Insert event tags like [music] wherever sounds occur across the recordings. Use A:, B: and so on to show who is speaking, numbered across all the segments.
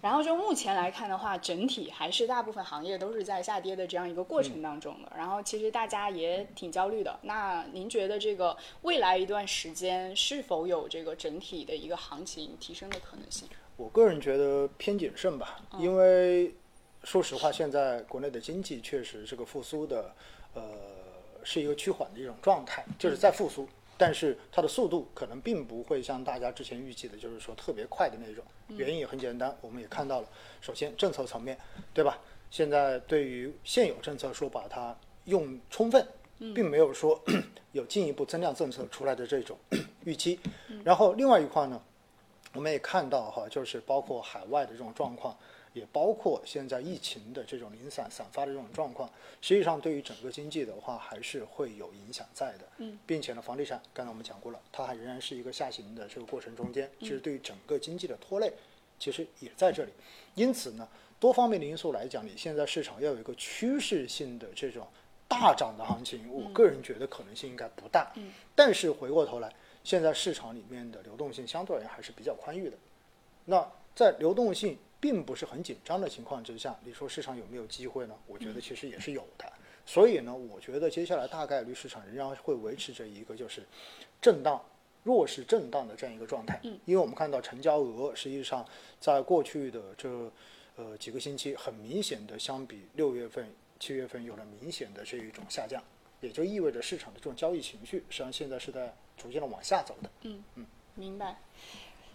A: 然后就目前来看的话，整体还是大部分行业都是在下跌的这样一个过程当中的。然后其实大家也挺焦虑的。那您觉得这个未来一段时间是否有这个整体的一个行情提升的可能性？
B: 我个人觉得偏谨慎吧，因为说实话，现在国内的经济确实是个复苏的，呃，是一个趋缓的一种状态，就是在复苏，但是它的速度可能并不会像大家之前预计的，就是说特别快的那种。原因也很简单，我们也看到了，首先政策层面，对吧？现在对于现有政策说把它用充分，并没有说 [clears throat] 有进一步增量政策出来的这种 [clears throat] 预期。然后另外一块呢，我们也看到哈，就是包括海外的这种状况，也包括现在疫情的这种零散散发的这种状况，实际上对于整个经济的话，还是会有影响在的。嗯，并且呢，房地产刚才我们讲过了，它还仍然是一个下行的这个过程中间，其实对于整个经济的拖累，其实也在这里。因此呢，多方面的因素来讲，你现在市场要有一个趋势性的这种大涨的行情，我个人觉得可能性应该不大。嗯，但是回过头来，现在市场里面的流动性相对而言还是比较宽裕的。那在流动性并不是很紧张的情况之下，你说市场有没有机会呢？我觉得其实也是有的。所以呢，我觉得接下来大概率市场仍然会维持着一个就是震荡、弱势震荡的这样一个状态。因为我们看到成交额实际上在过去的这呃几个星期，很明显的相比六月份、七月份有了明显的这一种下降，也就意味着市场的这种交易情绪实际上现在是在逐渐的往下走的。
A: 明白。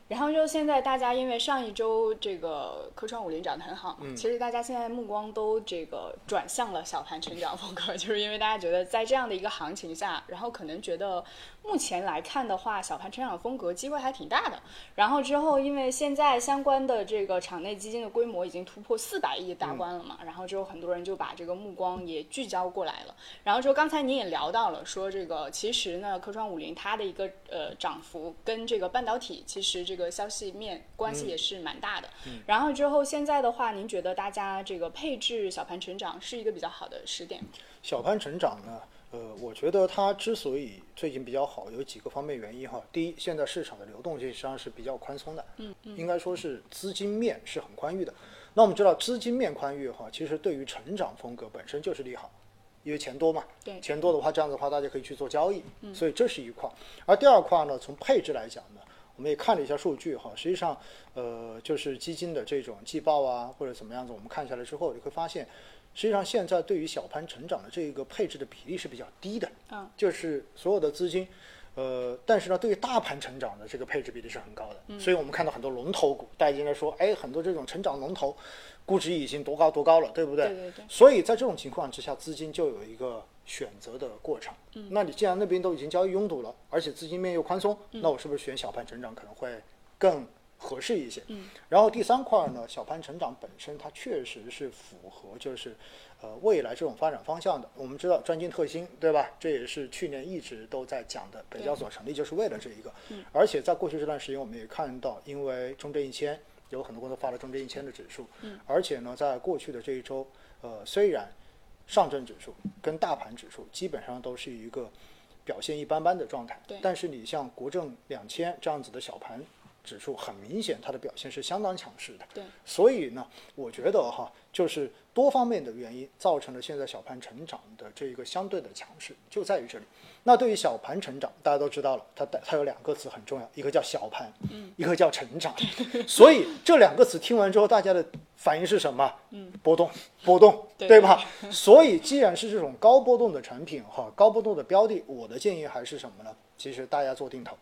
A: 然后就现在大家因为上一周这个科创五零涨得很好嘛，其实大家现在目光都这个转向了小盘成长风格， [laughs] 就是因为大家觉得在这样的一个行情下，然后可能觉得目前来看的话，小盘成长风格机会还挺大的。然后之后因为现在相关的这个场内基金的规模已经突破四百亿
B: 嗯
A: 大关了嘛，然后之后很多人就把这个目光也聚焦过来了。然后之后刚才您也聊到了，说这个其实呢，科创五零它的一个呃涨幅跟这个半导体其实这个消息面关
B: 嗯
A: 系也是蛮大的。然后之后现在的话，您觉得大家这个配置小盘成长是一个比较好的时点吗？
B: 小盘成长呢，呃，我觉得它之所以最近比较好，有几个方面原因哈。第一，现在市场的流动性实际上是比较宽松的，嗯嗯，应该说是资金面是很宽裕的。那我们知道资金面宽裕哈，其实对于成长风格本身就是利好，因为钱多嘛，
A: 对嗯
B: 钱多的话，这样子的话大家可以去做交易，所以这是一块。而第二块呢，从配置来讲呢，我们也看了一下数据哈，实际上，呃，就是基金的这种季报啊或者怎么样子，我们看下来之后，你会发现，实际上现在对于小盘成长的这个配置的比例是比较低的，
A: 嗯，
B: 就是所有的资金。呃，但是呢，对于大盘成长的这个配置比例是很高的，
A: 嗯
B: 所以我们看到很多龙头股，大家应该说，哎，很多这种成长龙头，估值已经多高多高了，对不
A: 对对对
B: 所以在这种情况之下，资金就有一个选择的过程。
A: 嗯
B: 那你既然那边都已经交易拥堵了，而且资金面又宽松，
A: 嗯
B: 那我是不是选小盘成长可能会更合适一些？
A: 嗯
B: 然后第三块呢，小盘成长本身它确实是符合就是呃未来这种发展方向的。我们知道专精特新，对吧？这也是去年一直都在讲的，北交所成立就是为了这一个。
A: 嗯
B: 而且在过去这段时间，我们也看到，因为中证一千有很多公司发了中证一千的指数，
A: 嗯
B: 而且呢，在过去的这一周，呃，虽然上证指数跟大盘指数基本上都是一个表现一般般的状态
A: 对，
B: 但是你像国证两千这样子的小盘指数，很明显它的表现是相当强势的。
A: 对，
B: 所以呢，我觉得哈，就是多方面的原因造成了现在小盘成长的这一个相对的强势，就在于这里。那对于小盘成长，大家都知道了，它带它有两个词很重要，一个叫小盘，一个叫成长。所以这两个词听完之后，大家的反应是什么？嗯，波动，波动，
A: 对
B: 吧？所以既然是这种高波动的产品哈，高波动的标的，我的建议还是什么呢？其实大家做定投。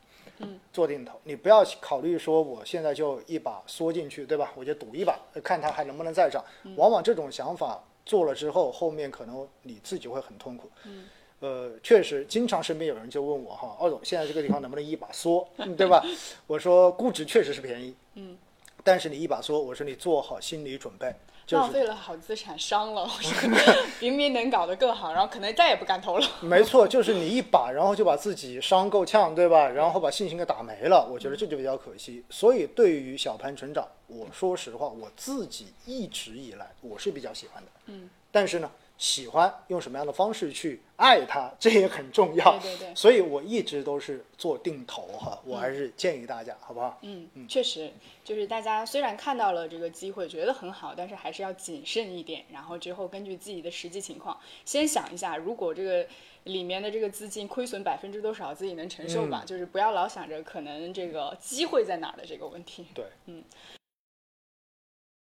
B: 做定投，你不要考虑说我现在就一把缩进去，对吧？我就赌一把，看它还能不能再涨。往往这种想法做了之后，后面可能你自己会很痛苦。嗯，呃，确实，经常身边有人就问我哈，二总，现在这个地方能不能一把 [laughs] 缩，嗯对吧？我说估值确实是便宜，嗯，但是你一把缩，我说你做好心理准备，就是
A: 浪费了好资产，伤了。我说明明能搞得 [laughs] 更好，然后可能再也不敢投了。
B: [laughs] 没错，就是你一把，然后就把自己伤够呛，对吧？然后把信心给打没了，我觉得这就比较可惜。所以对于小盘成长，我说实话，我自己一直以来我是比较喜欢的。嗯，但是呢，喜欢用什么样的方式去爱它，这也很重要。
A: 对对对
B: 所以我一直都是做定投哈，我还是建议大家，好不好？
A: 嗯，确实，就是大家虽然看到了这个机会，觉得很好，但是还是要谨慎一点。然后之后根据自己的实际情况，先想一下，如果这个里面的这个资金亏损百分之多少，自己能承受吧。就是不要老想着可能这个机会在哪儿的这个问题。
B: 对，